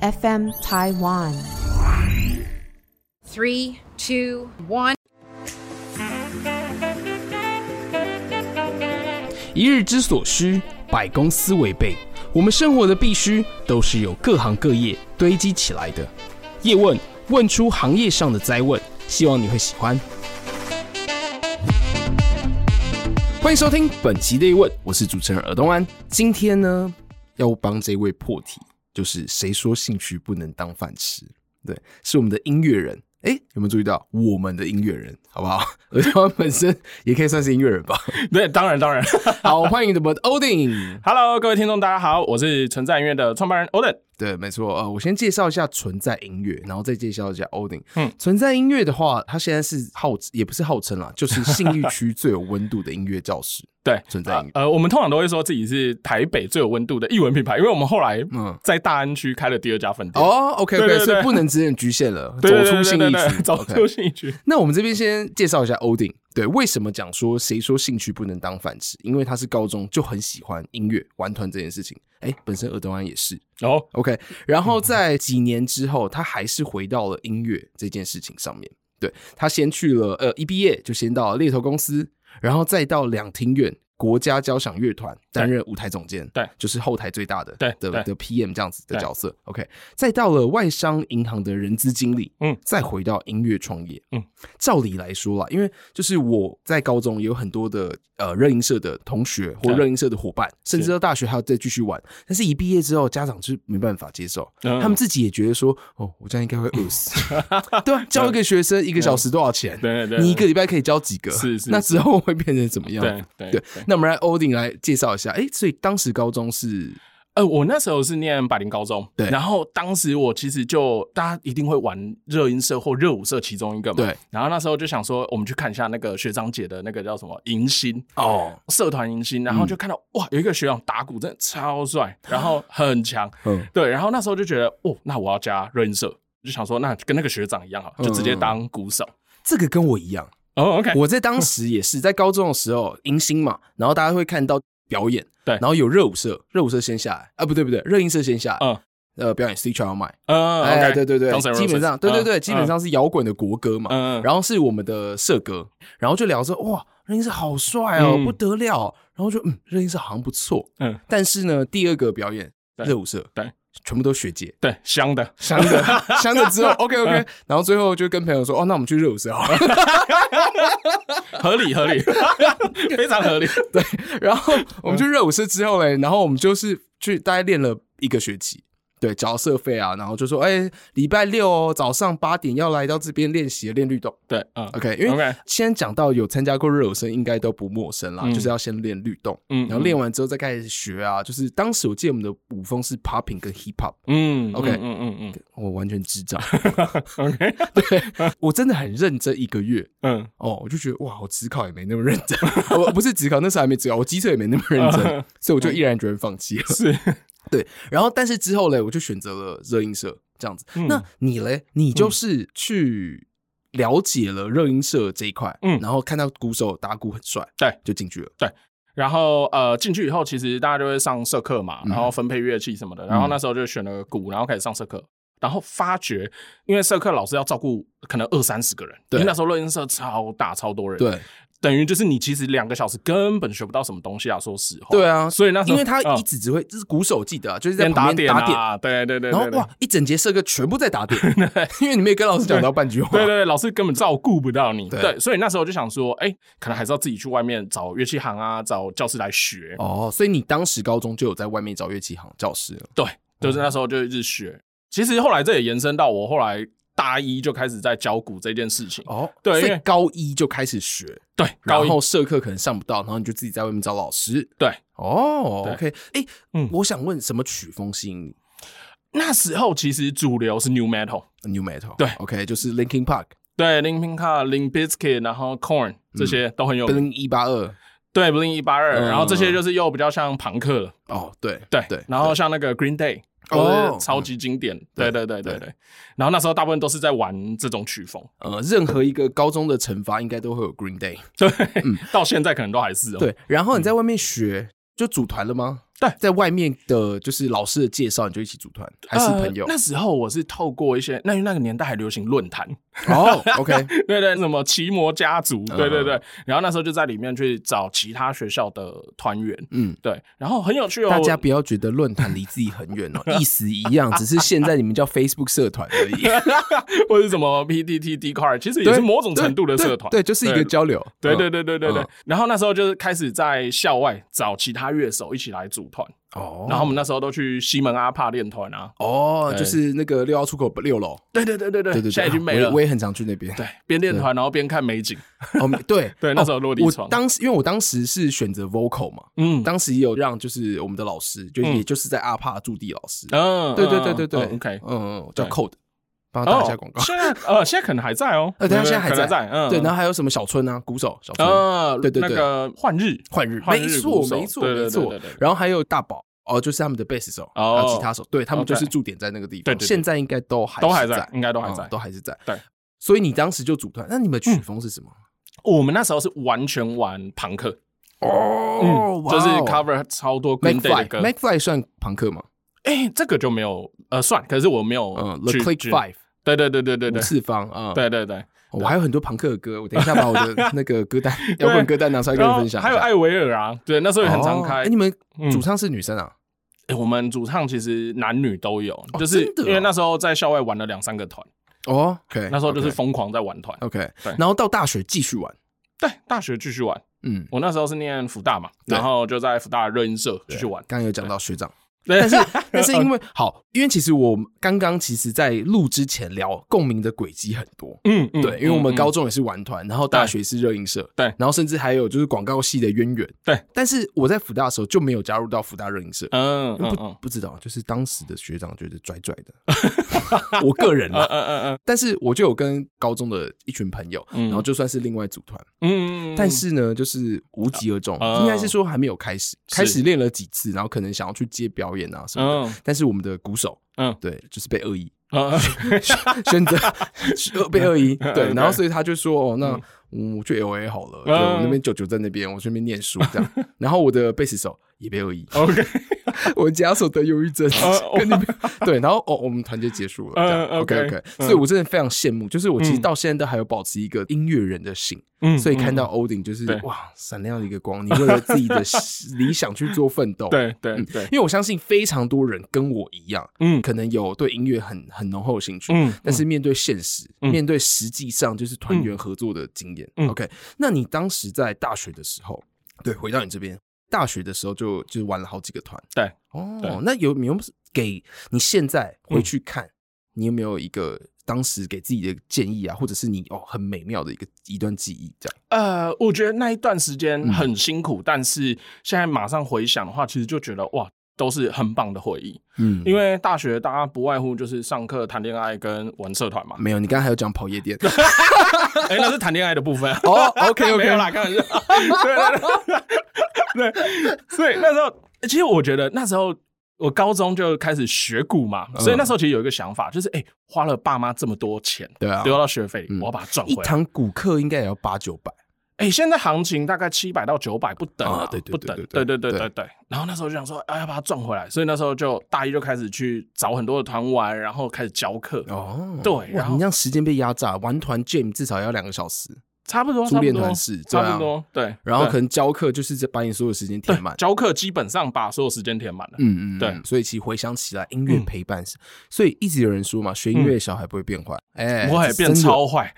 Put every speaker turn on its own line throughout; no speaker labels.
FM Taiwan。
Three, two, one.
一日之所需，百公司为备。我们生活的必须，都是由各行各业堆积起来的。叶问问出行业上的灾问，希望你会喜欢。欢迎收听本期的叶问，我是主持人尔东安。今天呢，要帮这位破题，就是谁说兴趣不能当饭吃？对，是我们的音乐人。哎，有没有注意到我们的音乐人，好不好？ 而且他本身也可以算是音乐人吧。
对，当然当然。
好，欢迎我们的 Odin。
Hello，各位听众，大家好，我是存在音乐的创办人 Oden。
对，没错，呃，我先介绍一下存在音乐，然后再介绍一下 Odin。嗯
嗯，
存在音乐的话，它现在是号也不是号称啦，就是信义区最有温度的音乐教室。
对，
存在音乐
呃呃，我们通常都会说自己是台北最有温度的艺文品牌，因为我们后来
嗯
在大安区开了第二家分店。
哦，OK
对
OK，
对
所以
对
不能只能局限了，走
对，对
出信义 区，
走
OK
出信义区。
那我们这边先介绍一下 Odin。对，为什么讲说谁说兴趣不能当饭吃？因为他是高中就很喜欢音乐、玩团这件事情。哎、本身尔东安也是，
然后
OK，然后在几年之后，他还是回到了音乐这件事情上面。对他先去了呃，一毕业就先到了猎头公司，然后再到两厅院国家交响乐团担任舞台总监，
对
就是后台最大的
对
的
对
的 PM 这样子的
对
角色。OK，再到了外商银行的人资经理，
嗯
再回到音乐创业，
嗯，
照理来说啦，因为就是我在高中也有很多的呃热音社的同学或
对
热音社的伙伴，甚至到大学还要再继续玩，但是一毕业之后，家长是没办法接受，
嗯
他们自己也觉得说，哦，我这样应该会饿死， 对啊，教一个学生一个小时多少钱？
嗯对对对
你一个礼拜可以教几个？
是 是
那之后会变成怎么样？
对对
对
对。
那我们来 Odin 来介绍一下，哎，所以当时高中是
呃，我那时候是念百灵高中，
对
然后当时我其实就大家一定会玩热音社或热舞社其中一个嘛，
对。
然后那时候就想说，我们去看一下那个学长姐的那个叫什么迎新
哦，
社团迎新，然后就
嗯
看到、哇，有一个学长打鼓真的超帅，然后很强，
嗯，
对，然后那时候就觉得，哦，那我要加热音社，就想说，那跟那个学长一样好了，就直接当鼓手。
这个跟我一样，
哦，OK，
嗯 我在当时也是在高中的时候迎新嘛，然后大家会看到表演，
对
然后有热舞社，热舞社先下来，啊，不对不对，热音社先下来，
嗯
呃，表演 Street Child Mine，
嗯
哎，
，OK，
对对对，
Guns N'
基本上
Roses
对对对，
嗯
基本上是摇滚的国歌嘛，
嗯，嗯
然后是我们的社歌，然后就聊说哇，热音社好帅哦，
嗯
不得了哦，然后就嗯，热音社好像不错，
嗯，
但是呢，第二个表演
对
热舞社，
对，
全部都学姐。
对香的，嗯
香 的，香的 之后，OK OK，然后最后就跟朋友说，哦，那我们去热舞社好了。
合理 合理，非常合理。
然后我
嗯
们去热舞社之后嘞，然后我们就是去大概练了一个学期，对，交社费啊，然后就说，哎、礼拜六、哦、早上八点要来到这边练习练律动。
对，嗯
OK，因为
OK
先讲到有参加过热舞社，应该都不陌生啦，
嗯
就是要先练律动，
嗯
然后练完之后再开始学啊。就是当时我记得我们的舞风是 popping 跟 hip hop，
嗯
OK
嗯嗯嗯
我完全智 障，
嗯，OK，
我真的很认真一个月。
嗯，
哦，我就觉得哇，我职考也没那么认真， 我不是职考，那时候还没职考，我机测也没那么认
嗯
真，所以我就毅然决然放弃了。
是，
然后，但是之后嘞，我就选择了热音社这样子。
嗯
那你嘞，你就是去了解了热音社这一块，
嗯
然后看到鼓手打鼓很帅，
对，
就进去了。
然后呃，进去以后，其实大家就会上社课嘛，
嗯
然后分配乐器什么的。然后那时候就选了鼓，然后开始上社课。然后发觉，因为社课老师要照顾可能二三十个人，
对
因为那时候乐音社超大超多人，，
对，
等于就是你其实两个小时根本学不到什么东西啊，说实话。
对啊
所以那时候
因为他
嗯
一直只会，就是鼓手记得啊，就是在
边
旁
打
边
点
打点，
啊，对对对，
然后
对对
哇，一整节社歌全部在打 点，因为你没有跟老师讲到半句话。
对对对，老师根本照顾不到你。
对
对，所以那时候就想说，哎，可能还是要自己去外面找乐器行啊，找教室来学。
哦，所以你当时高中就有在外面找乐器行教室了。
对，
嗯
就是那时候就一直学。其实后来这也延伸到我后来大一就开始在教鼓这件事情。
哦，
对
所
因
以
为
高一就开始学，
对，高
然
一
后社课可能上不到，然后你就自己在外面找老师。
对
哦
对
，OK，哎、
嗯
我想问什么曲风吸引你
那时候其实主流是 New Metal，
？New Metal，
对
，OK，就是 Linkin Park、
对 l i n k i n Park、Link Biscuit，然后 Corn 这些都很有
嗯
名。
Blink 一八二，
对，Blink 一八二，
嗯
然后这些就是又比较像朋克了。
哦，对
对
对，
然后像那个 Green Day，
哦
哦，就是超级经典，对对对对
对
对。然后那时候大部分都是在玩这种曲风，
呃，任何一个高中的惩罚应该都会有 Green Day，
对，到现在可能都还是哦。
对，然后你在外面学就组团了吗？
对
在外面的就是老师的介绍，你就一起组团，还是朋友
呃？那时候我是透过一些，那因为那个年代还流行论坛，
哦，OK，
对对，什么奇摩家族，
嗯
对对对。然后那时候就在里面去找其他学校的团员，
嗯。
对，然后很有趣哦。
大家不要觉得论坛离自己很远哦，意思一样，只是现在你们叫 Facebook 社团而已，
或者什么 PTT、d c a r 其实也
对
是某种程度的社团，
对，对就是一个交流，
对对
嗯
对对对对
嗯。
然后那时候就是开始在校外找其他乐手一起来组团，
哦，
然后我们那时候都去西门阿帕练团啊，
哦，
对
就是那个六号出口六楼，
对对对对对
对对对，啊
现在已经没
我
了
也我。也很常去那边，
对，边练团然后边看美景，
哦，对
对那时候落地
哦
窗
我当时因为我当时是选择 vocal 嘛，
嗯
当时也有让就是我们的老师，就
嗯
也就是在阿帕驻地老师，
嗯，
对对对对
嗯嗯
对
，OK，
嗯嗯，叫
对
Code，帮他
哦，
打一下广告。
现在呃，现在可能还在 哦，
呃，等一下现
对
在
可
还
能在，嗯，
对，然后还有什么小春啊，鼓手小春，
呃，
对对对
那个换日，
换日，
换
没
日
错
鼓手
没错
对对
没错
对对对。对
然后还有大宝哦，就是他们的贝斯手，
哦
还有吉他手，对他们就是
OK
驻点在那个地
对
方
对，对
现在应该都还
都还
是
在，应该都还
嗯
在。
都还是在，
对。
所以你当时就组团，那你们曲风是什么？
我们那时候是完全玩朋克，
哦
嗯就是 cover 超多 Green Day 的歌。
McFly，McFly 算朋克吗？
哎，这个就没有呃算，可是我没有
嗯，The
哦去
Click
去
Five
对对对对对
五
对
次方啊，嗯
对对对，
我还有很多朋克的歌，我等一下把我的那个 歌单摇滚歌单拿出来跟
然
你
后
分享一下。
还有艾维尔啊，对，那时候也很常
哦
开
哎，。你们
嗯
主唱是女生啊？
哎我们主唱其实男女都有，就是
真的哦
因为那时候在校外玩了两三个团，
哦，OK，嗯
那时候就是疯狂在玩团。
OK，
对
然后到大学继续玩，
对，大学继续玩，
嗯，
我那时候是念福大嘛，
对
然后就在福大的热音社继续玩。
刚刚有讲到学长，
但是
但是因为 好，因为其实我刚刚其实，在录之前聊共鸣的轨迹很多。
嗯，嗯
对，因为我们
嗯
高中也是玩团，然后大学是热映社，
对
然后甚至还有就是广告系的渊源，
对。
但是我在福大的时候就没有加入到福大热映社，
嗯嗯
不
嗯
不知道，就是当时的学长觉得拽拽的， 我个人
嗯
啦，
嗯嗯
但是我就有跟高中的一群朋友，
嗯
然后就算是另外组团，
嗯，
但是呢，就是无疾而终，
啊
应该是说还没有开始，
是
开始练了几次，然后可能想要去接表演啊什么的。
嗯
但是我们的鼓手，
嗯
对，就是被恶意
嗯
选择 被恶意，
嗯
对，
嗯
然后
对
所以他就说，哦，那我去 L A 好了，对我那边九九在那边，我去那边念书这 样。然后我的贝斯手也被恶意，
，OK，
我家属得忧郁症
呃，
跟你们对，然后哦，我们团就结束了，
嗯
这样 OK
OK，
OK，
嗯
所以我真的非常羡慕，就是我其实
嗯
到现在都还有保持一个音乐人的心，
嗯
所以看到 Odin 就是
对
哇，闪亮的一个光，你为了自己的 理想去做奋斗，
对对
嗯
对，
因为我相信非常多人跟我一样，
嗯
可能有对音乐很很浓厚的兴趣，
嗯，
但是面对现实，
嗯
面对实际上就是团员合作的经验。
嗯
OK，那你当时在大学的时候，对，回到你这边，大学的时候就就玩了好几个团。
对，对
哦，那有没有给你现在回去看，你有没有一个当时给自己的建议啊，或者是你哦很美妙的一个一段记忆这样？
呃，我觉得那一段时间很辛苦，但是现在马上回想的话，其实就觉得哇。都是很棒的回忆，
嗯
因为大学大家不外乎就是上课、谈恋爱跟玩社团嘛。
没有，你刚才还有讲跑夜 店，
哎，那是谈恋爱的部分。
哦，OK，OK
没有啦，开 玩笑。对对对，对，所以那时候，其实我觉得那时候我高中就开始学鼓嘛，
嗯
所以那时候其实有一个想法，就是哎、花了爸妈这么多钱，
对啊
丢到学费里，
嗯
我要把它赚
一
回来。
堂骨课应该也要八九百。
哎、现在行情大概七百到九百不等
啊对对
不等
对，对对
对对
对
对对对。然后那时候就想说，哎、要把它赚回来，所以那时候就大一就开始去找很多的团玩，然后开始教课，
哦，
对
哇
然后
你这样时间被压榨，玩团 jam 至少要两个小时，
差不多，
初
差不
恋
多
团，是，对
差
啊
不，多，对。
然后
对
可能教课就是在把你所有时间
对
填满，
教课基本上把所有时间填满了。
嗯嗯，
对嗯
嗯所以其实回想起来，音乐陪伴是，所以一直有人说嘛，学音乐的小孩不会变坏，哎，
我也嗯变
真的嗯
超坏，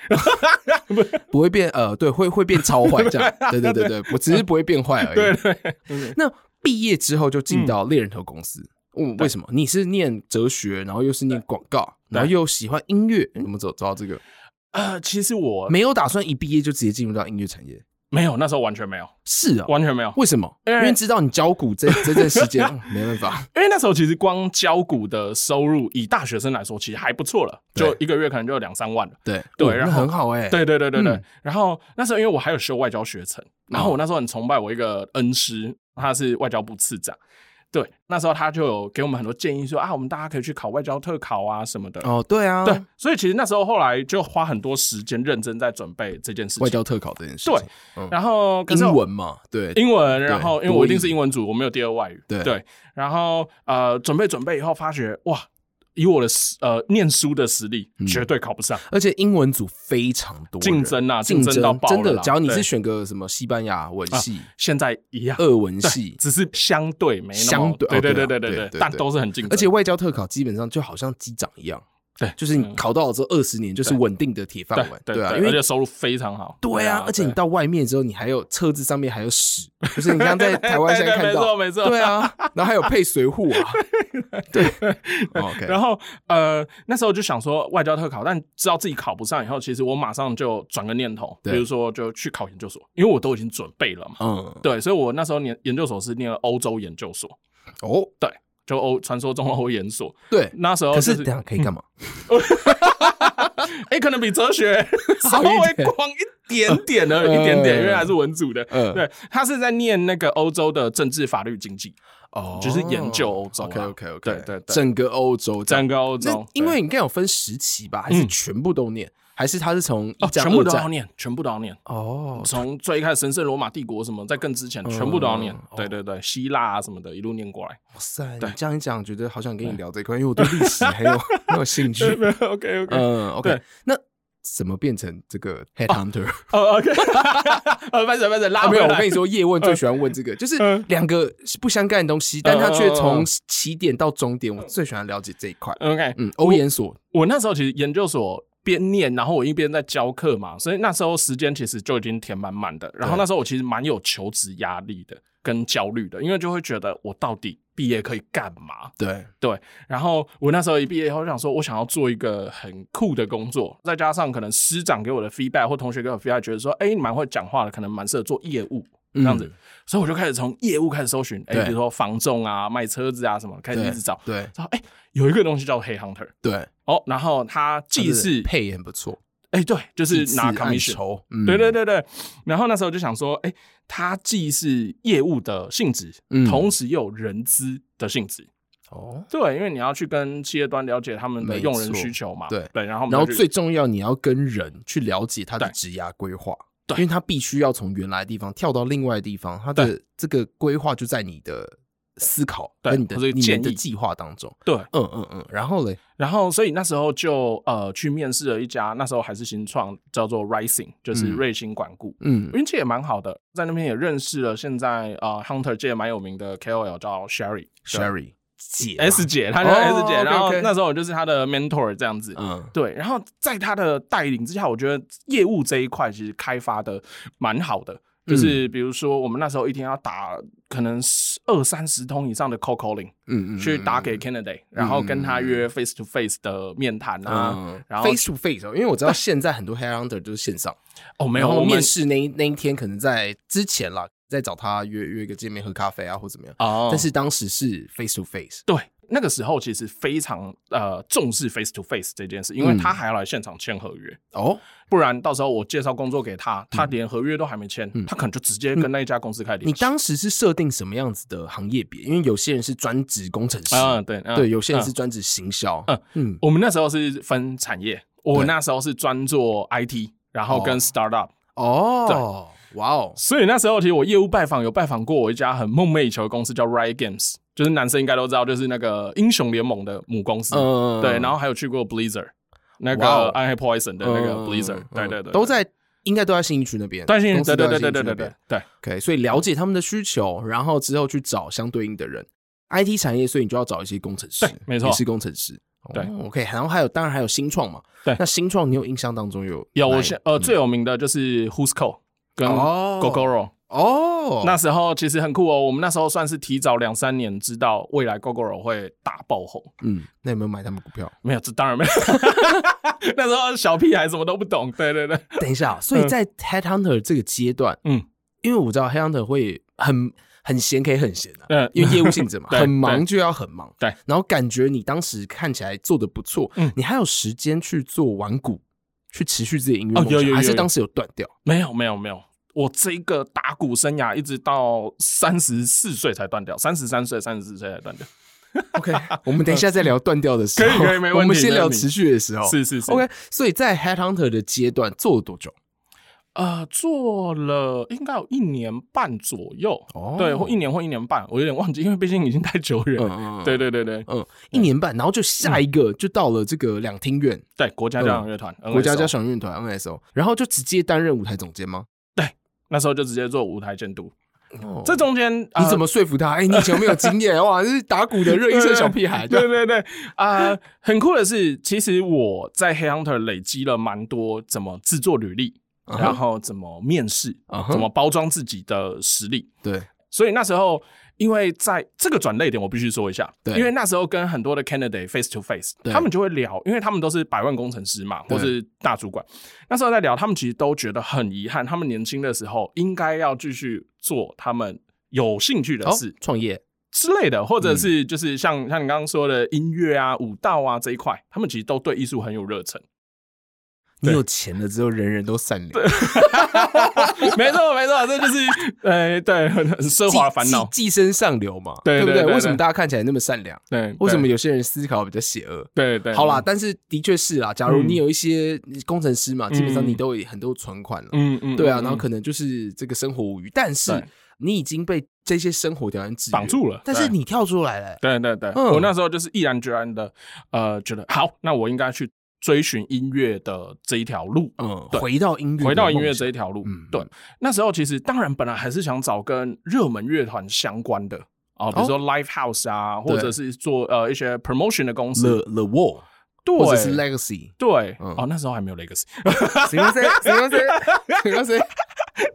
不会变，呃，对，会会变超坏这 样，对对对对，我只是不会变坏而已。
对嗯 对，
那毕业之后就进到猎人头公司。嗯，为什么？你是念哲学，然后又是念广告，然后又喜欢音乐，你怎么走走到这个？
呃，其实我
没有打算一毕业就直接进入到音乐产业？
没有，那时候完全没有，
是啊，
完全没有，
为什么？因
因为
为知道你教鼓 这这段时间嗯没办法，
因为那时候其实光教股的收入，以大学生来说，其实还不错了，
对
就一个月可能就有两三万了。
对
对
哦那
然后
很好哎，
对对对对对。
嗯
然后那时候因为我还有修外交学程，然后我那时候很崇拜我一个恩师，他是外交部次长。对，那时候他就有给我们很多建议说啊，我们大家可以去考外交特考啊什么的。
哦，对啊，
对，所以其实那时候后来就花很多时间认真在准备这件事
外
情。
交特考这件事情，嗯
对，然后可是
英
我
文嘛，对，
英文，然后因为
多
我一定
益
是英文组，我没有第二外语。
对
然后呃，准备准备以后发觉哇，以我的实呃念书的实力，
嗯
绝对考不上。
而且英文组非常多人
竞争啊
竞
竞争到爆了
真的，
啦
假如你是
对
选个什么西班牙文系、
现在一样，
俄文
对
系，
只是相对没那么
相对哦
对对
对啊
对对
对
对
对
但
对
都是很竞争，
而且外交特考基本上就好像机长一样，
对嗯
就是你考到了之后二十年就是稳定的铁饭
对
碗，
对
啊，
对
因
而
为
且。收入非常好，
对啊，而且你
对
到外面之后，你还有车子上面还有屎，就是你刚刚在台湾现在看到，
对对对没错没错
对啊，然后还有配随护啊， 对，OK，哦
然后呃，那时候就想说外交特考，但知道自己考不上以后，其实我马上就转个念头，比
对
如说就去考研究所，因为我都已经准备了嘛。
嗯，
对，所以我那时候念研究所是念了欧洲研究所，
哦，
就欧传说中欧研所。
对，
那时候
可
就是
等一下可以干嘛？
哎、可能比哲学 稍
好一
微
点
广一点点的，一 点点，因为还是文组的。
嗯
对，他是在念那个欧洲的政治、法律、经济，
哦
嗯就是研究欧洲啊
OK OK OK，
对对对
哦整个欧洲这样，
整个欧
那
洲。
因
对
为你应该有分时期吧，还是
嗯
全部都念，还是他是从一
哦，
战
全部
二
都要
战？
念，全部都要念。
哦，
从最一开始神圣罗马帝国什么，在更之前
嗯
全部都要念
哦。
对对对，希腊啊什么的，一路念过 来。
哇塞，你
对
这样一讲，觉得好想跟你聊这一块，因为我对历史很有 很有兴 趣。
OK OK
嗯，OK，
对
那怎么变成这个 headhunter？
哦 OK，呃，不好意思不好意思，拉
啊，没
回
有，我
来
跟你说，叶问最喜欢问这 个，就是
嗯
两个不相干的东西，但他却
嗯嗯嗯
从
嗯
起点到终点，我最喜欢了解这一块。
OK，
嗯，欧研所
我那时候其实研究所边念，然后我一边在教课嘛，所以那时候时间其实就已经填满满的。然后那时候我其实蛮有求职压力的，跟焦虑的，因为就会觉得我到底毕业可以干嘛？
对，
然后我那时候一毕业以后，就想说我想要做一个很酷的工作，再加上可能师长给我的 feedback 或同学给我的 feedback，觉得说，哎，你蛮会讲话的，可能蛮适合做业务。这样子，
嗯
所以我就开始从业务开始搜寻，哎、
对
比如说房仲啊、卖车子啊什么的，开始一直找，
对
找，哎、有一个东西叫黑 hunter，
对，
哦，然后它既是
配也很不错，
哎、对，就是拿
既是暗
commission，、
仇，嗯
对对对对。然后那时候就想说，哎、它既是业务的性质，
嗯
同时又有人资的性质。
哦，
对，因为你要去跟企业端了解他们的
没
用人
错
需求嘛。
对
对，然后我
然
们
后
就去
最重要，你要跟人去了解他的
对
职涯规划，
对
因为他必须要从原来的地方跳到另外的地方，他的这个规划就在你的思考
对
跟你的
或者
你们
建议
的计划当中。
对，
嗯嗯嗯，然后嘞，
然后所以那时候就呃去面试了一家，那时候还是新创，叫做 Rising，就是
嗯
瑞星管顾。
嗯，
运气也蛮好的，在那边也认识了现在呃 Hunter 界蛮有名的 KOL 叫 Sherry 对
Sherry 姐啊
S 姐，她叫
哦
S 姐，然后
OK，OK
那时候我就是她的 mentor 这样子，
嗯，
对，然后在她的带领之下，我觉得业务这一块其实开发的蛮好的，
嗯
就是比如说我们那时候一天要打可能十二三十通以上的 cold calling
嗯嗯，
去打给
嗯
candidate，然后跟他约 face to face 的面谈啊，
嗯
然后
，face to face，哦因为我知道现在很多 headhunter 就是线上，
哦 没有
然后
我
面
们
试那一那一天可能在之前啦，再找他约约一个见面喝咖啡啊或怎么样，
哦
但是当时是 face to face，
对，那个时候其实非常呃重视 face to face 这件事，因为
嗯
他还要来现场签合约，
哦，
不然到时候我介绍工作给他，他连合约都还没签，他可能就直接跟那一家公司开始
嗯你
联系。
当时是设定什么样子的行业别？因为有些人是专职工程师，
啊、对、嗯
对，有些人是
嗯
专职行销，
嗯
嗯，
我们那时候是分产业，我
对
那时候是专做 IT，然后
哦
跟 startup，、
哦，哇哦，
所以那时候其实我业务拜访有拜访过我一家很梦寐以求的公司叫 Riot Games，就是男生应该都知道，就是那个英雄联盟的母公司，
嗯
对，然后还有去过 Blizzard。那个
哇哦
I Hate Poison 的那个
嗯
Blizzard，、
嗯
对对对，
都在。应该都在信义区那边，
但是
公
对
司
对
都在
对
信义
对
区
对
那
对
边
对对，
OK，所以了解他们的需求，然后之后去找相对应的人。IT 产业，所以你就要找一些工程师
对，没错
也是工程师。
对
哦，OK，然后还有，当然还有新创嘛。
对
那新创你有印象当中有
有
哪
我
一
现呃最有名的就是 Who's Call 跟
嗯哦
Gogoro，、
哦，
那时候其实很酷哦，我们那时候算是提早两三年知道未来 Gogoro 会大爆红，
嗯，那有没有买他们股票？
没有这当然没有， 那时候小屁孩什么都不懂，对对对，
等一下，所以在 headhunter 这个阶段，
嗯，
因为我知道 headhunter 会很很闲，可以很闲啊，
嗯
因为业务性质嘛，
对
很忙就要很忙，
对。
然后感觉你当时看起来做的不错，
嗯
你还有时间去做玩股，去持续自己的音乐
哦
梦想
有有有
还是
有
当时有断掉？
没有没有没有，我这一个打鼓生涯一直到三十四岁才断掉，三十三岁、三十四岁才断掉。
OK，我们等一下再聊断掉的时候，
可以可以没问题
我们先
没
聊
问题
持续的时候，
是是是
OK。所以在 Headhunter 的阶段做了多久？
呃，做了应该有一年半左右，
哦
对，或一年或一年半，我有点忘记，因为毕竟已经太久远了。
嗯嗯
对对对对
嗯，一年半，然后就下一
嗯
个就到了这个两厅院
对，国家交响乐团，
嗯国家
NSO
交响乐团 NSO，然后就直接担任舞台总监吗？
那时候就直接做舞台监督。
哦
这中间、呃
你怎
么
么说服他？哎，你以前没有经 验哇，这是打鼓的热音社小屁孩，
对
对
对对啊、呃很酷的是，其实我在 Hey Hunter 累积了蛮多怎么制作履历，
嗯哼
然后怎么面试
嗯哼
怎么包装自己的实力。
对，
所以那时候，因为在这个转类点，我必须说一下，
对
因为那时候跟很多的 candidate face to face，
对
他们就会聊，因为他们都是百万工程师嘛，
对
或是大主管，那时候在聊，他们其实都觉得很遗憾，他们年轻的时候应该要继续做他们有兴趣的
哦
事
创业，
之类的，或者是就是像像你刚刚说的音乐啊、舞蹈啊这一块，他们其实都对艺术很有热忱。
你
对
有钱了之后，人人都善良，
没错，没错，这就是呃，对，很很奢华的烦恼。
寄寄寄生上流嘛，
对
对不
对对
为什么
对
大家看起来那么善良？
对，
为什
对
么？有些人思考比较邪恶？
对对，
好啦，，但是的确是啦。假如
嗯
你有一些工程师嘛，基本上
嗯
你都有很多存款了，
嗯嗯，
对啊，
嗯
然后
嗯
可能就是这个生活无余，但是
对
你已经被这些生活条件制约
绑，住了，
但是
对。
你跳出来了，
对对对，
嗯
我那时候就是毅然决然的，呃，觉得好，那我应该去追寻音乐的这一条路，
嗯，
对
回到音乐，
回到音乐这一，条路。
嗯
对，那时候其实当然本来还是想找跟热门乐团相关的哦，比如说 live house 啊，或者是做呃一些 promotion 的公
The
司，
The Wall
对，
或者是 Legacy，
对，
嗯
哦，那时候还没有 legacy，
什么谁什么谁什么谁，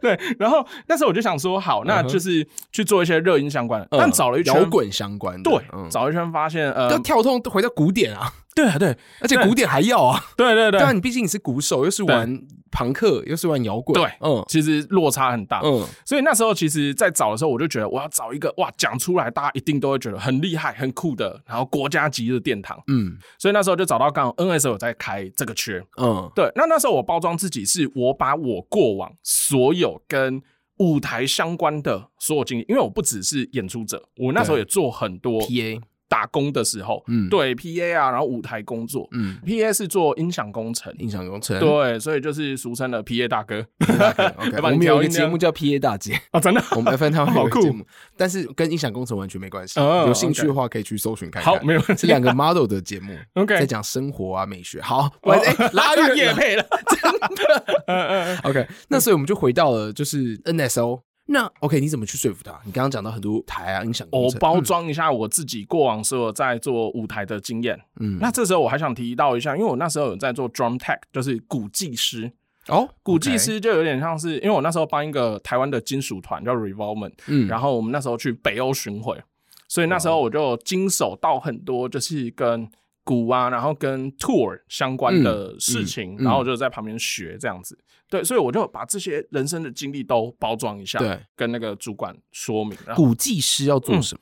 对，然后那时候我就想说，好，那
嗯哼嗯
就是去做一些热音相关的，嗯但找了一圈
摇，滚相关的，
对
嗯，
找了一圈发现，呃
要，跳痛回到古典啊，
对对
而且古典还要啊，
对对对
对啊，你毕竟你是鼓手，又是玩朋克，又是玩摇滚，
对
嗯
其实落差很大，
嗯，
所以那时候其实，在找的时候，我就觉得我要找一个哇，讲出来大家一定都会觉得很厉害、很酷的，然后国家级的殿堂。
嗯
所以那时候就找到刚好 NS 有在开这个缺。
嗯，
对，那那时候我包装自己是我把我过往所有跟舞台相关的所有经历，因为我不只是演出者，我那时候
对
也做很多
PA
打工的时候，
嗯
对 PA 啊，然后舞台工作、
嗯，
p a 是做音响工程。
印象工程，
对，所以就是俗称的 PA 大哥，
OK，
要
我
帮
们
你
有
调
一个
音量
节目叫 PA 大姐，
啊，真的，
我 们 F N 台湾有
好
一个
酷
节目，但是跟音响工程完全没关系。
哦
有兴趣的话可以去搜寻看看。
好，没有问
是
题。
两个 model 的节目
OK
在讲生活啊、美学。好，我哎拉
越
远
夜
了。
配了，
OK，那
嗯
所以我们就回到了就是 NSO。那 OK，你怎么去说服他？你刚刚讲到很多舞台啊、音响工
我
程，
包装一下我自己过往所有在做舞台的经验。
嗯，
那这时候我还想提到一下，因为我那时候有在做 drum tech，就是鼓技师。
哦，
鼓技师就有点像是，因为我那时候帮一个台湾的金属团叫 Revolvement，
嗯哦
然后我们那时候去北欧巡回，所以那时候我就经手到很多就是跟鼓啊，然后跟 tour 相关的事情，
嗯嗯
然后我就在旁边学这样子。对，所以我就把这些人生的经历都包装一下，
对，
跟那个主管说明。然后
古技师要做什么？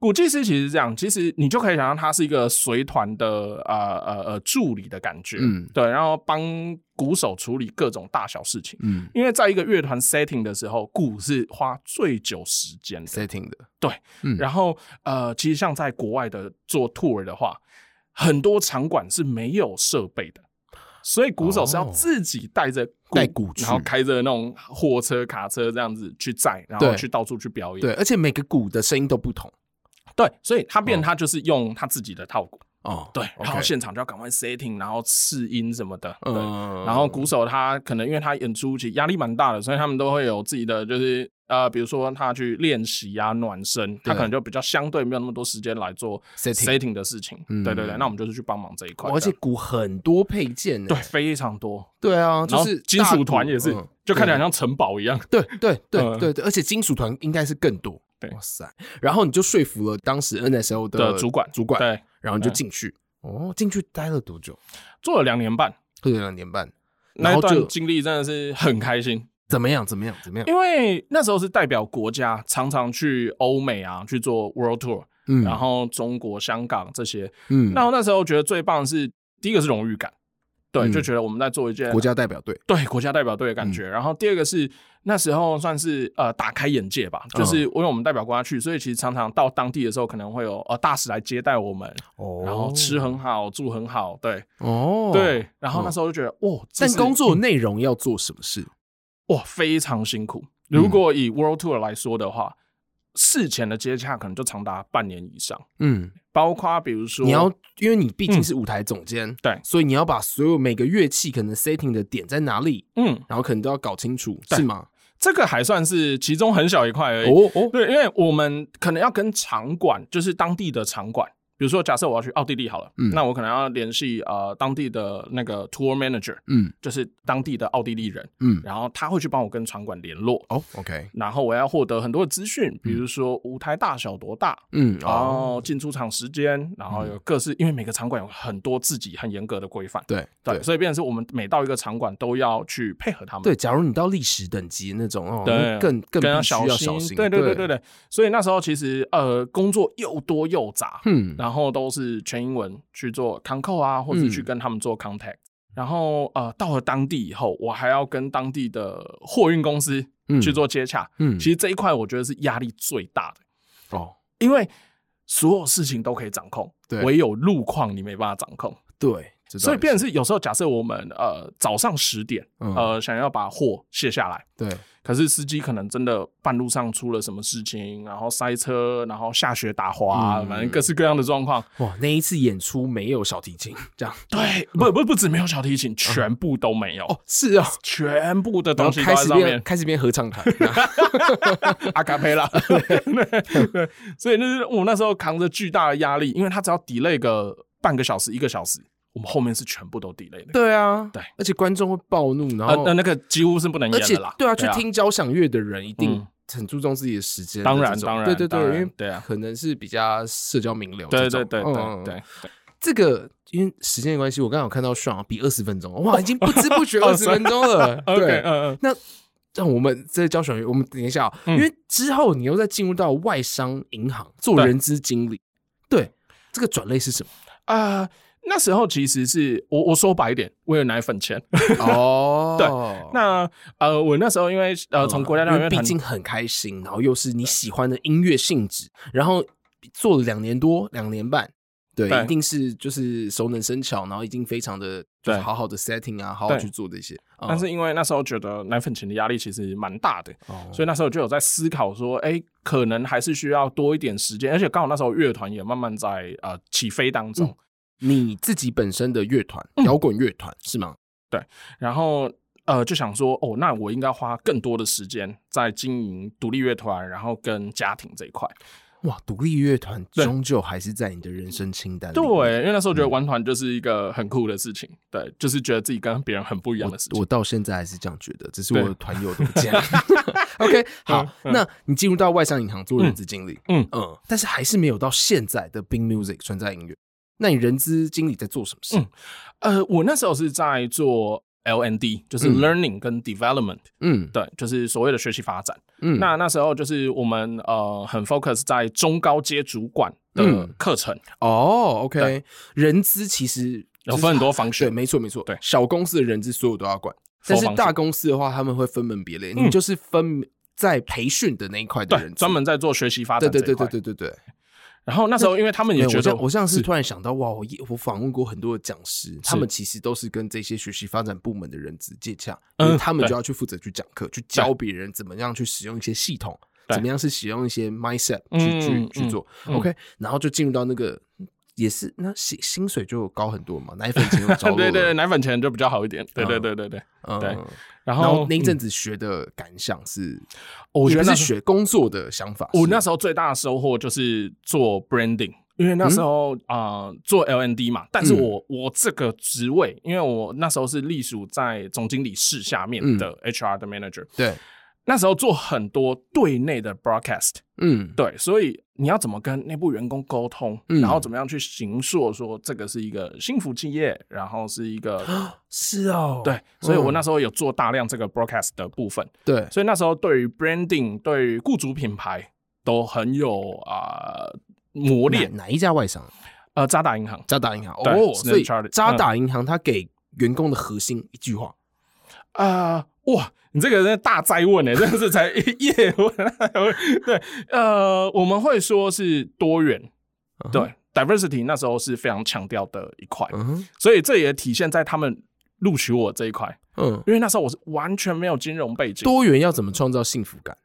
古技师其实是这样，其实你就可以想象他是一个随团的呃呃呃助理的感觉，
嗯
对，然后帮鼓手处理各种大小事情。
嗯
因为在一个乐团 setting 的时候，鼓是花最久时间的。
，setting 的，嗯
然后呃，其实像在国外的做 tour 的话，很多场馆是没有设备的，所以鼓手是要
哦
自己带着
带鼓去
然后开着那种货车、卡车这样子去载，然后
对
去到处去表演。
对，而且每个鼓的声音都不同
对，所以他变
哦
他就是用他自己的套鼓，
哦。
对，然后
OK
现场就要赶快 setting，然后试音什么的，对。
嗯，
然后鼓手他可能因为他演出其实压力蛮大的，所以他们都会有自己的就是呃，比如说他去练习啊暖身，他可能就比较相对没有那么多时间来做
Setting
的事情。
嗯
对对对，那我们就是去帮忙这一块，
哇而且
这样
鼓很多配件呢，
对非常多，
对啊，
然
就
后
是
金
大
属
鼓
团也是
嗯，
就看
对
起来很像城堡一样。
对对对
嗯
对对，而且金属团应该是更多。
对
哇塞！然后你就说服了当时 NSO 的
的主管
主管，
对，嗯
然后你就进去。哦，进去待了多久？
做了两年半，
或者两年半？然
那一
后
段
就嗯
经历真的是很开心。
怎么样？怎么样？怎么样？
因为那时候是代表国家，常常去欧美啊去做 World Tour，、
嗯
然后中国、香港这些。
嗯
那我那时候觉得最棒的是，第一个是荣誉感，对，
嗯
就觉得我们在做一件
国家代表队，
对国家代表队
嗯
的感觉。然后第二个是那时候算是呃打开眼界吧，就是
嗯
因为我们代表国家去，所以其实常常到当地的时候，可能会有呃大使来接待我们，
哦
然后吃很好，住很好，对
哦，，嗯
对。然后那时候就觉得，哇，这
但
是
工作内容要做什么事？
哇非常辛苦。
嗯
如果以 World Tour 来说的话，事前的接洽可能就长达半年以上，
嗯，
包括比如说嗯
你要，因为你毕竟是舞台总监，
对
所以你要把所有每个乐器可能 setting 的点在哪里，
嗯，
然后可能都要搞清楚，
对
是吗？
这个还算是其中很小一块而已。
哦哦，
对，因为我们可能要跟场馆，就是当地的场馆，比如说假设我要去奥地利好了，
嗯
那我可能要联系呃当地的那个 tour manager，
嗯
就是当地的奥地利人，
嗯，
然后他会去帮我跟场馆联络，
哦，OK，
然后我要获得很多的资讯，比如说舞台大小多大。
嗯，
然后进出场时间，然后有各式，因为每个场馆有很多自己很严格的规范，
对
对，所以变成是我们每到一个场馆都要去配合他们。
对，假如你到历史等级那种哦，
对
那，更更
要
必须
小
要小心，
对对对对，对，所以那时候其实呃，工作又多又杂，
嗯，
然后都是全英文去做 c o n c o 啊，或
嗯
者去跟他们做 contact。然后呃，到了当地以后，我还要跟当地的货运公司
嗯
去做接洽。
嗯，
其实这一块我觉得是压力最大的，
哦，
因为所有事情都可以掌控，
对
唯有路况你没办法掌控。
对，这
所
倒
以
也
变成是有时候假设我们呃早上十点、
嗯
呃想要把货卸下来，
对，
可是司机可能真的半路上出了什么事情，然后塞车，然后下雪打滑，
嗯
反正各式各样的状况。
哇，那一次演出没有小提 琴，这样
对，不不不止没有小提琴，全部都没有，
嗯哦，是啊，
全部的
然
东
后
西都
开
在
始
上
变
面，
开始变合唱团，
阿卡贝拉。 对对，所以就是我那时候扛着巨大的压力，因为他只要 delay 个半个小时、一个小时，我们后面是全部都 delay 的。
对啊，
对，
而且观众会暴怒，然
呃
后，
那那个几乎是不能
而
演
且
的啦。
对啊，去听交响乐的人一定
嗯
很注重自己的时间的这
当
种，
然当然
对对对，
当
因
然
为
对啊
可能是比较社交名流
对
这
对
种，
对
嗯
对，
嗯嗯
对，
这个因为时间的关系，我刚好看到爽比二十分钟，哇，已经不知不 觉
哦
二十分钟了，
OK，
对，
嗯嗯，
那让我们这交响乐，我们等一下、哦，
嗯
因为之后你又再进入到外商银行做
对
人资经理，对这个转类是什么？
啊、那时候其实是我我说白一点，为了奶粉钱。
哦，
对，那呃，我那时候因为呃，
嗯
从国家代
因为
表乐
毕
团，
竟很开心，然后又是你喜欢的音乐性质，然后做了两年多，两年半。对，
对
一定是就是熟能生巧，然后已经非常的就是
对
好好的 setting 啊，好好
对
去做这些。嗯
但是因为那时候觉得奶粉钱的压力其实蛮大的，
哦
所以那时候就有在思考说，哎、可能还是需要多一点时间，而且刚好那时候乐团也慢慢在呃起飞当中，
嗯你自己本身的乐团，
嗯
摇滚乐团是吗？
然后。呃，就想说，哦，那我应该花更多的时间在经营独立乐团，然后跟家庭这一块。
哇，独立乐团
对
终究还是在你的人生清单里
对，
面。
因为那时候觉
嗯
得玩团就是一个很酷的事情，对，就是觉得自己跟别人很不一样的事
我
情
我。到现在还是这样觉得，只是
对
我的团友都不 见了。OK，好，
嗯
那你进入到外商银行做人资经理，
嗯
嗯，但是还是没有到现在的 Big Music 存在音乐。那你人资经理在做什么事？
呃，我那时候是在做 L N D，就是
嗯
learning 跟 development，、
嗯
对，就是所谓的学习发展。
嗯，
那那时候就是我们呃很 focus 在中高阶主管的
嗯
课程，
哦，OK，
对
人资其实
有分很多方
对，
式。
没错没错，
对
小公司的人资所有都要管，
For
但是
方
大
式
公司的话，他们会分门别类，你
嗯
就是分在培训的那一块的
对
人，资
专门在做学习发
对
展这
对
一块。
对对对对对。
然后那时候，因为 他们
没
也
有
觉
我
得
像我像是突然想到，哇，我也我访问过很多的讲师，他们其实都是跟这些学习发展部门的人直接洽，因为
嗯
他们
对
就要去负责去讲课，去教别人怎么样去使用一些系统，
对
怎么样是使用一些 mindset 去
嗯
去
嗯
去做。
嗯
OK，然后就进入到那个也是那薪薪水就高很多嘛，奶粉 钱又着落
对对对，
了，
奶粉钱就比较好一点。对对
嗯
对对对。
嗯
对
然
然
后
后嗯
那一阵子学的感想是，
我觉得
也不
那
是
时候
学工作的想法是，
我那时候最大的收获就是做 branding，因为
嗯
那时候啊、呃做 LND 嘛，但是我、我这个职位，因为我那时候是隶属在总经理室下
嗯
面的 HR 的 manager，、
对，
那时候做很多对内的 broadcast，
嗯，
对，所以你要怎么跟内部员工沟通，
嗯
然后怎么样去行塑说这个是一个幸福企业，然后是 一个。
是哦，
对，所以我
嗯
那时候有做大量这个 broadcast 的部分，
对，
所以那时候对于 branding、对于雇主品牌都很有啊、呃磨
哪
练。
哪一家外商？啊
呃，渣打银行，
渣打银行
对
哦，
Standard
所以
嗯 Chartered，
渣打银行它给员工的核心一句话。
啊、哇，你这个人大灾问哎、真的是 才叶问。啊对，呃，我们会说是多元，
嗯哼
对、，diversity 那时候是非常强调的一块，
嗯哼
所以这也体现在他们录取我这一块，
嗯，
因为那时候我是完全没有金融背景。
多元要怎么创造幸福感？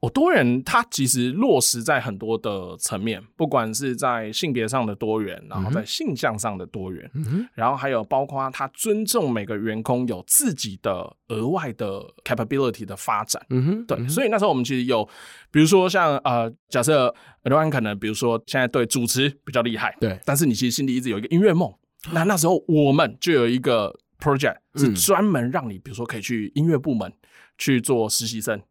哦，多元它其实落实在很多的层面，不管是在性别上的多元，然后在性向上的多元，
嗯哼，
然后还有包括他尊重每个员工有自己的额外的 capability 的发展。
嗯哼，
对，
嗯哼
所以那时候我们其实有，比如说像呃，假设刘安可能，比如说现在对主持比较厉害，
对
但是你其实心里一直有一个音乐梦。那那时候我们就有一个 project 是
啊嗯
专门让你，比如说可以去音乐部门去做实习生，
哦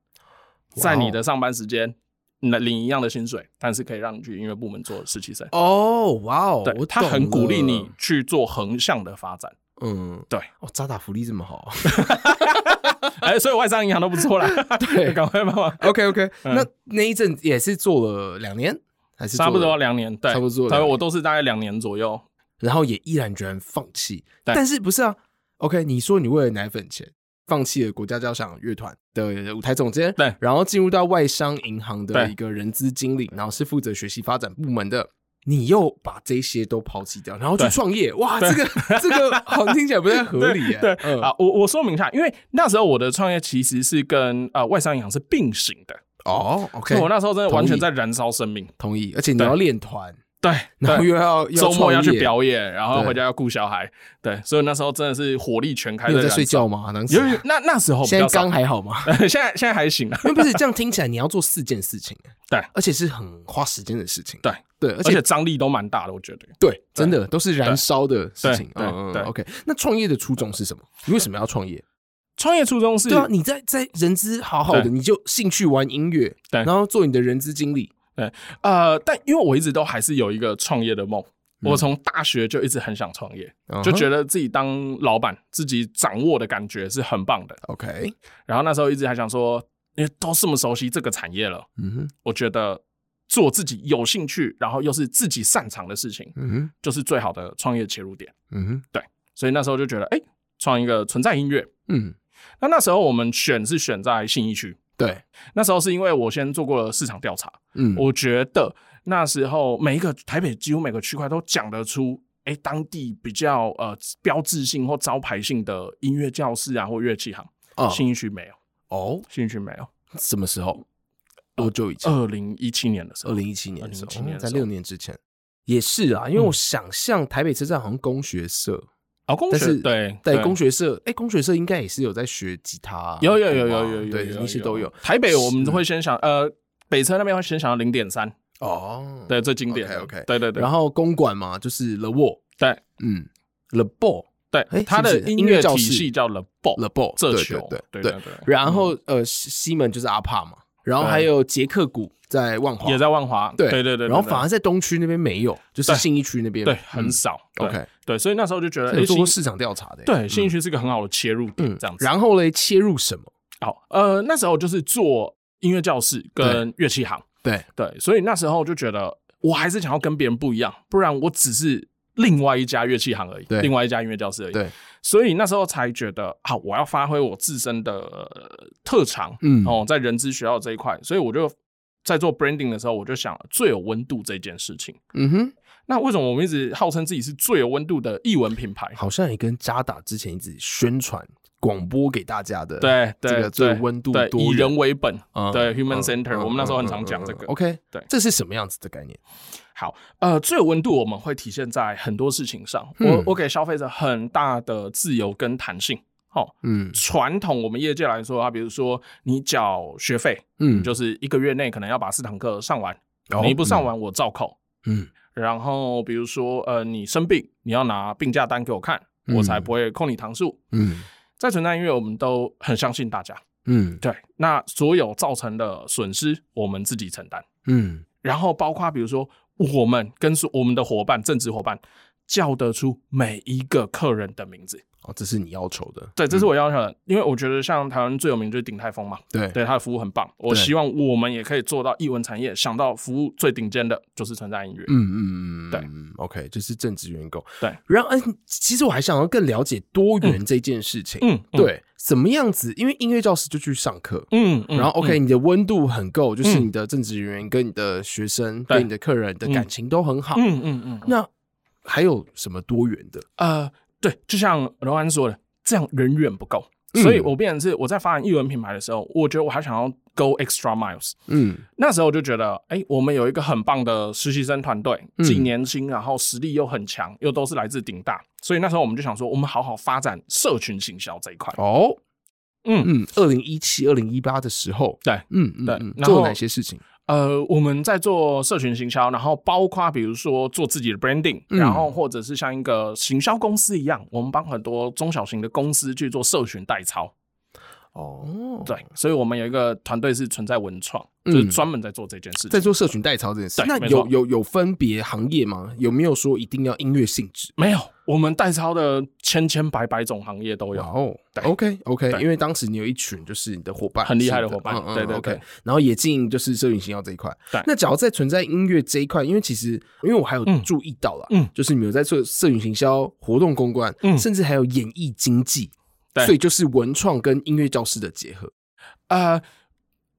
在你的上班时间那领一样的薪水，但是可以让你去音乐部门做实习生。
哦，哇哦，
对
我，
他
懂
很鼓励你
了，
去做横向的发展。
嗯，
对，
哦，渣打福利这么好
哎，所以外商银行都不 错啦。
对
赶快帮忙。
，OK OK，
嗯
那那一阵也是做了两年，还是做
差
了
不多，两年，对，
差不多
大
两
概
年
我都是大概两年左右。
然后也毅然决然放弃。
对
但是不是啊？OK，你说你为了奶粉钱放弃了国家交响乐团的舞台总监，
对
然后进入到外商银行的
对
一个人资经理，然后是负责学习发展部门的。你又把这些都抛弃掉，然后去
对
创业，哇，这个 这个好像听起来不太合理耶。
对
嗯
啊，我我说明一下，因为那时候我的创业其实是跟呃外商银行是并行的，
哦
所
，OK，
以我那时候真的完全
同意
在燃烧生命。
同意，而且你要练团，
对，
然后
对
又要
周末要去
创业，
表演，然后
对
回家要顾小孩，对，所以那时候真的是火力全开
你有
的。
在睡觉吗？当时
有有那那时候比
啊现在
较少
刚，还好吗？
现在现在还行啊。
因为不是这样听起来，你要做四件事情，
对
而且是很花时间的事情，
对
对，而
而且
且
张力都蛮大的，我觉得。
对，真的都是燃烧的事情。
对对
嗯嗯
对
嗯，OK。那创业的初衷是什么？你为什么要创业？
创业初衷是
对啊，你在在人资好好的，
对
你就兴趣玩音乐，
对
然后做你的人资经理，
呃，但因为我一直都还是有一个创业的梦，
嗯
我从大学就一直很想创业，就觉
得
得自己当老板，自己掌握的感觉是很棒的。
OK，
然后那时候一直还想说，因为都这么熟悉这个产业了，
嗯哼，
我觉得做自己有兴趣，然后又是自己擅长的事情，
嗯哼，
就是最好的创业切入点。
嗯哼，
所以那时候就觉得，哎，创一个存在音乐。
嗯，
那那时候我们选是选在信义区，
对，
那时候是因为我先做过了市场调查，
嗯，
我觉得那时候每一个台北几乎每个区块都讲得出，哎、当地比较呃标志性或招牌性的音乐教室啊或乐器行，
哦
信义区没有，
哦，
信义区没有。
什么时候？多久以前？
二零一七年的时候，
二零一七年的时候，
2017年
哦
的时
在
候嗯
六年之前。也是啊，因为我想象台北车站好像工学社，
哦，工
但
学
是
对
对工学社，哎、工学社应该也是有在学吉他啊、
有有有有
对吧
有有有
对，
有
一些都有
台北我们会先想呃。北车那边会先想到零点三，
哦。
对，最经典的。
OK，OK
对对对。
然后公馆嘛，就是 The Wall，
对
嗯，The Ball。诶
对，它的
是不是
音乐
音乐教
体
室
系叫 The Ball
The Ball，
这
对
球，
对
对
对
对对。
然后、呃，西西门就是阿帕嘛，然后
对
还有捷克谷在万华，
也在万华，
对
对对对。
然后
对
反而在东区那边没有，就是
对
信义区那边
对
嗯
很少。对
OK，
对，所以那时候就觉得
这有
诶
做过
信
市场调查的、嗯
对，信义区是一个很好的切入点，这样子。
然后嘞，切入什么？
好，呃，那时候就是做音乐教室跟乐器行，
对，
对，所以那时候就觉得我还是想要跟别人不一样，不然我只是另外一家乐器行而已
对，
另外一家音乐教室而已。
对，
所以那时候才觉得，好，我要发挥我自身的呃特长，
嗯
哦，在人资学校这一块，所以我就在做 branding 的时候，我就想最有温度这件事情。
嗯哼，
那为什么我们一直号称自己是最有温度的译文品牌？
好像也跟渣打之前一直宣传广播给大家的，
对
这
对
个最
对
温度
对
多
以
元
人为本，
嗯
对
嗯
human
嗯
center，、
嗯
我们那时候很常
嗯
讲
嗯
这个。
嗯 OK，
对
这是什么样子的概念？
好，呃，最有温度我们会体现在很多事情上，
嗯
我我给消费者很大的自由跟弹性。好，
嗯
传统我们业界来说啊，比如说你缴学费，
嗯
就是一个月内可能要把四堂课上完，
哦
你不上完我照扣。
嗯
然后比如说呃，你生病，你要拿病假单给我看，我才
嗯
不会扣你堂数。
嗯
在存在音乐，我们都很相信大家，
嗯
对，那所有造成的损失我们自己承担，
嗯
然后包括比如说我们跟所我们的伙伴、政治伙伴叫得出每一个客人的名字。
哦，这是你要求的，
对，这是我要求的，因为我觉得像台湾最有名就是鼎泰丰嘛，
对
对，它的服务很棒。我
对
希望我们也可以做到译文产业，想到服务最顶尖的就是存在音乐。
嗯嗯嗯，
对
嗯，OK，就是正职员工。
对，
然后嗯，其实我还想要更了解多元这件事情。
嗯，嗯，
对，怎么样子？因为音乐教师就去上课，
嗯，嗯
然后 OK，、
嗯
你的温度很够，就是
嗯
你的正职人员跟你的学生、
对
跟你的客人的感情都很好。
嗯嗯嗯，嗯
那还有什么多元的？
呃，对，就像罗安说的，这样人远不够，
嗯
所以我变成是我在发展译文品牌的时候，我觉得我还想要 go extra miles。
嗯
那时候我就觉得，哎、我们有一个很棒的实习生团队，
嗯
既年轻，然后实力又很强，又都是来自顶大，所以那时候我们就想说，我们好好发展社群行销这一块。
哦，
嗯，
嗯，二零一七、二零一八的时候，
对
嗯嗯
对
嗯，
然后
做了哪些事情？
呃，我们在做社群行销，然后包括比如说做自己的 branding，、
嗯
然后或者是像一个行销公司一样，我们帮很多中小型的公司去做社群代操。
哦，
对，所以我们有一个团队是存在文创，
嗯
就是专门在做这件事情。
在做社群代操这件事
对，
那
没
有
错
有有分别行业吗？有没有说一定要音乐性质？
没有，我们代操的千千百百种行业都有。
哦
对
，OK OK，
对
因为当时你有一群就是你的伙伴，
很厉害的
是你
伙伴
嗯嗯
对对
OK
对
然后也进就是社群行销这一块。
对
那假如在存在音乐这一块，因为其实因为我还有
嗯
注意到啦，
嗯
就是你们有在做社群行销、活动公关，
嗯
甚至还有演艺经济，
对
所以就是文创跟音乐教师的结合。
呃，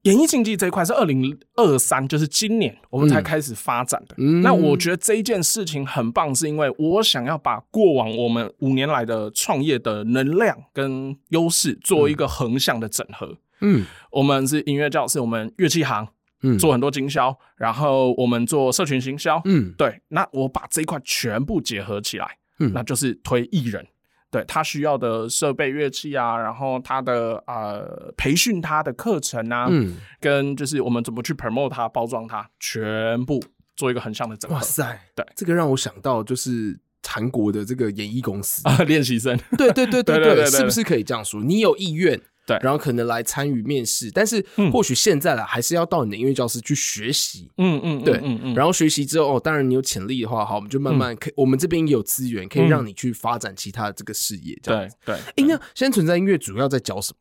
演艺竞技这一块是二零二三，就是今年我们才
嗯
开始发展的。
嗯
那我觉得这一件事情很棒，是因为我想要把过往我们五年来的创业的能量跟优势做一个横向的整合。
嗯
我们是音乐教室，我们乐器行
嗯
做很多经销，然后我们做社群行销，
嗯
对，那我把这一块全部结合起来，
嗯
那就是推艺人，对他需要的设备、乐器啊，然后他的呃培训他的课程啊，
嗯，
跟就是我们怎么去 promote 他、包装他，全部做一个横向的整合
哇。塞，
对
这个让我想到就是韩国的这个演艺公司，
啊，练习生，
对对对对
对对
对，
对对
是不是可以这样说？你有意愿，
对
然后可能来参与面试，但是
嗯
或许现在啦，还是要到你的音乐教室去学习。
嗯嗯，
对
嗯嗯，
然后学习之后，哦，当然你有潜力的话，好，我们就慢慢可，我们这边也有资源可以
嗯
让你去发展其他的这个事业。这样
对
子，
对，
哎，那现在存在音乐主要在教什么？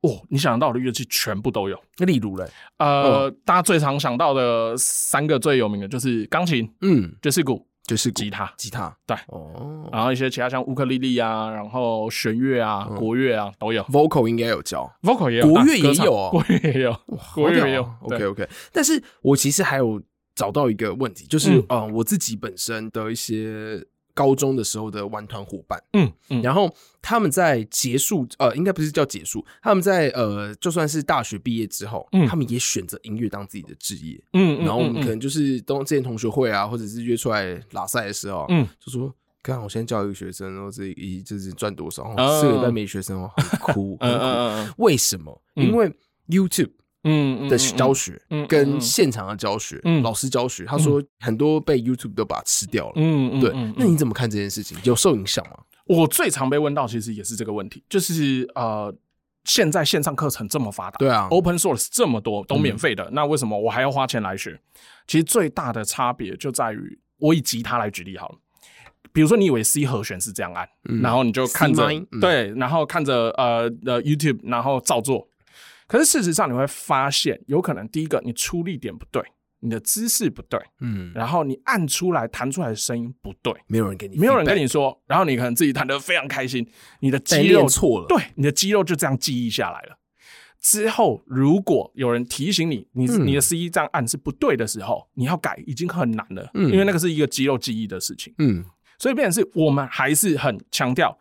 哦，你想得到的乐器全部都有。
例如嘞，哦
呃，大家最常想到的三个最有名的就是钢琴、
嗯，
爵士鼓、
就是鼓
吉他，
吉他，
对啊
哦
然后一些其他像乌克丽丽啊，然后弦乐啊、
嗯
国乐啊都有
，vocal 应该有教。
，vocal 也有，
国
啊
乐也
歌唱
有哦
国乐也有，嗯国乐也有啊对
OK OK，但是我其实还有找到一个问题，就是
嗯
呃，我自己本身的一些高中的时候的玩团伙伴，
嗯嗯，
然后他们在结束呃，应该不是叫结束，他们在呃，就算是大学毕业之后，
嗯
他们也选择音乐当自己的职业。
嗯嗯
然后我们可
嗯
能就是都之前同学会啊，或者是约出来拉赛的时候啊，
嗯
就说。看，我先教一个学生，然后这一就是赚多少，
嗯
哦这个礼拜没学生哦，很哭，
嗯
很
嗯
哭。
嗯
为什么？
嗯
因为 YouTube
嗯嗯
的
嗯
教学
嗯嗯
跟
嗯
现场的教学，
嗯
老师教学，他说很多被 YouTube 都把它吃掉了。
嗯嗯
对
嗯，
那你怎么看这件事情？有受影响吗？
我最常被问到，其实也是这个问题，就是呃，现在线上课程这么发达，
对啊，
Open source 这么多
嗯
都免费的，那为什么我还要花钱来学？其实最大的差别就在于，我以吉他来举例好了。比如说，你以为 C 和弦是这样按，
嗯
然后你就看着
C minor，嗯
对，然后看着呃呃 YouTube，然后照做。可是事实上，你会发现，有可能第一个你出力点不对，你的姿势不对，
嗯，
然后你按出来弹出来的声音不对，
没有人给你，
没有人跟你说，然后你可能自己弹得非常开心，你的
但
肌
练
肉
错了，，
对，你的肌肉就这样记忆下来了。之后，如果有人提醒你，你、
嗯
你的 C 一这样按是不对的时候，你要改已经很难了，
嗯
因为那个是一个肌肉记忆的事情。
嗯
所以，变成是我们还是很强调，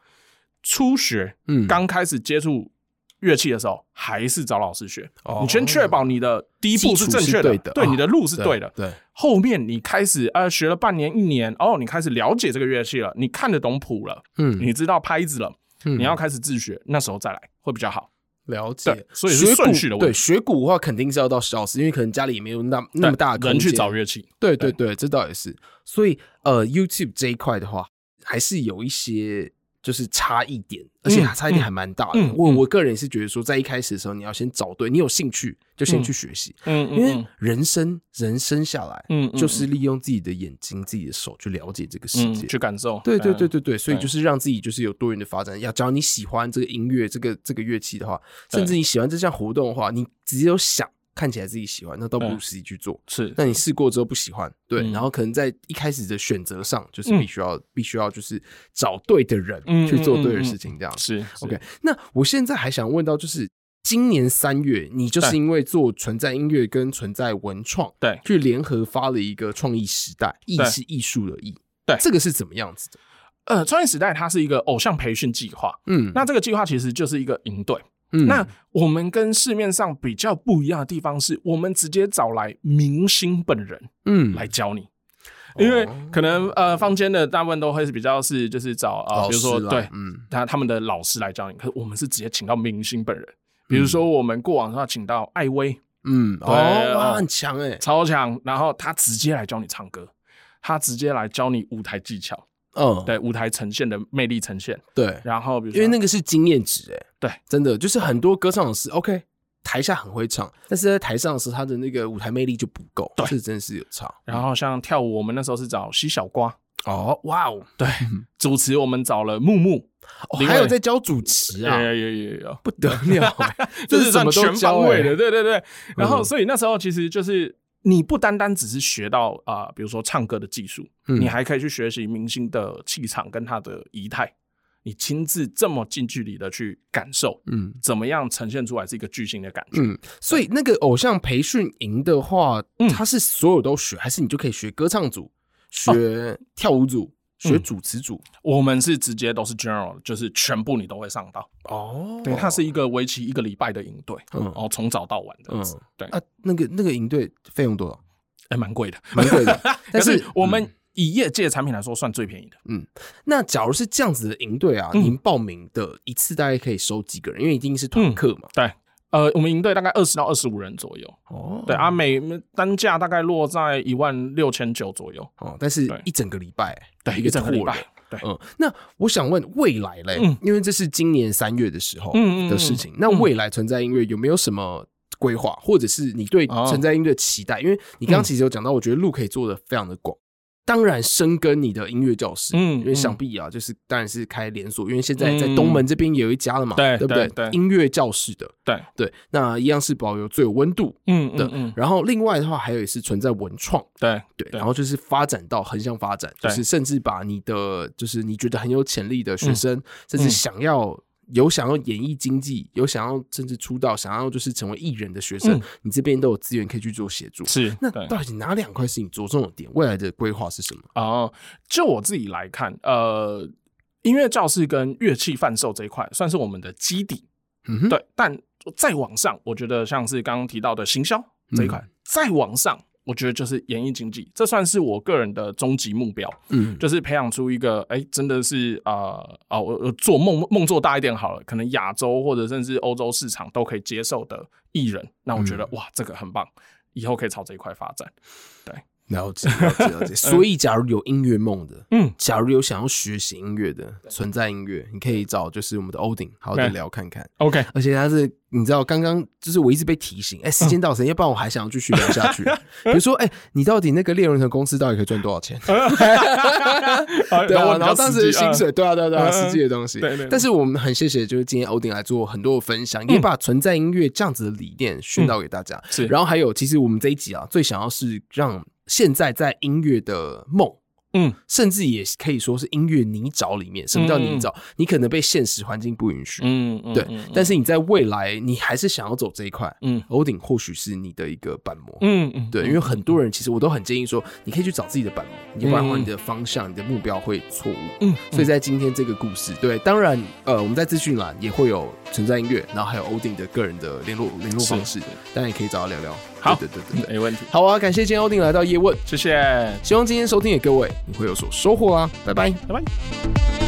初学
嗯，
刚开始接触乐器的时候，还是找老师学。
哦
你先确保你的第一步
基础
正
是
确
对的
对
啊
你的路是对的。
对，
后面你开始呃学了半年一年，哦，你开始了解这个乐器了，你看得懂谱了，
嗯，
你知道拍子了，
嗯
你要开始自学，那时候再来会比较好。
了解
对，所以是
学鼓
顺序的问题
对，学鼓的话肯定是要到小时，因为可能家里也没有那那么大的
对人去
空间
找乐器，
对对对，这倒也是。所以呃，YouTube 这一块的话，还是有一些就是差异点，而且
嗯
差异点还蛮大的。
嗯
我
嗯
我个人是觉得说，在一开始的时候，你要先找对，你有兴趣就先去学习，
嗯
因为人生人生下来，
嗯嗯
就是利用自己的眼睛、自己的手去了解这个世
嗯
界，
去感受，
对对对
嗯
对对，所以
对
就是让自己就是有多元的发展。要只要你喜欢这个音乐、这个这个乐器的话，甚至
对
你喜欢这项活动的话，你只有想看起来自己喜欢，那倒不如
对
实际去做。
是
那你试过之后不喜欢，对，
嗯
然后可能在一开始的选择上，就是
嗯
必须要、必须要就是找对的人
嗯
去做
嗯
对的
嗯
事情，这样子。
是
OK，那我现在还想问到，就是今年三月，你就是
对
因为做存在音乐跟存在文创，
对
去联合发了一个创意时代，艺
对
是艺术的艺，
对
这个是怎么样子的？
呃，创业时代它是一个偶像培训计划，
嗯
那这个计划其实就是一个营队。
嗯
那我们跟市面上比较不一样的地方是，我们直接找来明星本人
嗯
来教你。
哦
因为可能呃，坊间的大部分都会是比较是就是找啊、呃
老
比如
师
说
啦
对，
嗯
他他们的老师来教你，可是我们是直接请到明星本人。比如说我们过往的话，请到艾薇，
嗯哦
对
哇
哦
很强哎
超强，然后他直接来教你唱歌，他直接来教你舞台技巧，
嗯
对舞台呈现的魅力呈现。
对，
然后比如
因为
说
那个是经验值哎，
对，
真的就是很多歌唱老师 OK。台下很会唱，但是在台上的时候，他的那个舞台魅力就不够，
对
这真的是有差
然后像跳舞，我们那时候是找西小瓜，
哦，哇哦，
对，主持我们找了木木，
哦
另外
还有在教主持
有
啊，
有有有有，
不得了欸、
这
是什
是算
么都
全
教
方
欸
位的，对对对。然后
嗯
所以那时候其实就是你不单单只是学到啊、比如说唱歌的技术，
嗯
你还可以去学习明星的气场跟他的仪态，你亲自这么近距离的去感受，
嗯
怎么样呈现出来是一个巨星的感觉。
嗯，所以那个偶像培训营的话，
嗯
它是所有都学，还是你就可以学歌唱组、
哦
学跳舞组、学
嗯
主持组？
我们是直接都是 general，就是全部你都会上到。
哦，
对，它是一个为期一个礼拜的营队，
嗯
哦，从早到晚的样子
嗯。
对，
啊，那个那个营队费用多少？
还蛮贵的，
蛮贵 的但
可
是嗯
是我们以业界产品来说，算最便宜的。
那假如是这样子的营队啊，
嗯
您报名的一次大概可以收几个人？因为一定是团课嘛。
对，呃，我们营队大概二十到二十五人左右。
哦
对，啊，每单价大概落在一万六千九左右。
哦，但是
对
一整个礼拜，
对，
一
一
个
整个礼
拓
拜
人。
对，
嗯，那我想问未来嘞，
嗯
因为这是今年三月的时候
嗯嗯嗯
的事情。那未来存在音乐有没有什么规划，或者是你对
哦
存在音乐的期待？因为你刚刚
嗯
其实有讲到，我觉得路可以做的非常的广。当然，深耕你的音乐教室，
嗯
因为想
嗯
必啊，就是当然是开连锁，因为现在
嗯
在东门这边也有一家了嘛，
对
对不对？
对对
音乐教室的，
对
对，那一样是保有最有温度
嗯
的
嗯。嗯，
然后另外的话，还有也是存在文创，
对，
对，然后就是发展到横向发展，就
对
是甚至把你的就是你觉得很有潜力的学生，甚至
嗯
想要有想要演艺经济，有想要甚至出道，想要就是成为艺人的学生，
嗯
你这边都有资源可以去做协助。
是
那
对。
到底哪两块是你着重的点？未来的规划是什么？
哦，就我自己来看，呃，音乐教室跟乐器贩售这一块算是我们的基底，
嗯哼，，
对。但再往上，我觉得像是刚刚提到的行销这一块，
嗯
再往上，我觉得就是演艺经济，这算是我个人的终极目标，
嗯，
就是培养出一个，哎、真的是啊啊、呃我我做梦梦做大一点好了，可能亚洲或者甚至欧洲市场都可以接受的艺人，那我觉
嗯
得、哇，这个很棒，以后可以朝这一块发展。
了解了解了 解。嗯所以，假如有音乐梦的，
嗯，
假如有想要学习音乐的，存在音乐，你可以找就是我们的欧鼎好好的
对
聊看看。
OK，
而且他是，你知道，刚刚就是我一直被提醒，哎、时间到，时间，要不然我还想要继续聊下 去。比如说，哎、你到底那个猎人头公司到底可以赚多少 钱？对
对
啊，然后当时的薪水，对啊，对啊，对啊，
嗯嗯
实际的东西。
对对嗯对
但是我们很谢谢，就是今天欧丁来做很多的分享，也把存在音乐这样子的理念宣
嗯
导给大家。
是
然后还有，其实我们这一集啊，最想要是让现在在音乐的梦。
嗯，
甚至也可以说是音乐泥沼里面，什么叫泥沼？你可能被现实环境不允许，
嗯，嗯
对，
嗯
但是你在未来，你还是想要走这一块，
嗯
欧顶或许是你的一个板模，
嗯嗯，
对，
嗯
因为很多人其实我都很建议说，你可以去找自己的板模，要不然的话你的方向、你的目标会错误。
嗯，
所以在今天这个故事，对，当然，呃，我们在资讯栏也会有存在音乐，然后还有欧顶的个人的联络联络方式
是，
当然也可以找他聊聊。
好
对对对对
嗯
对，
没问题，
好啊，感谢今天欧顶来到叶问，
谢谢，
希望今天收听的各位你会有所收获啊，拜拜。
拜拜。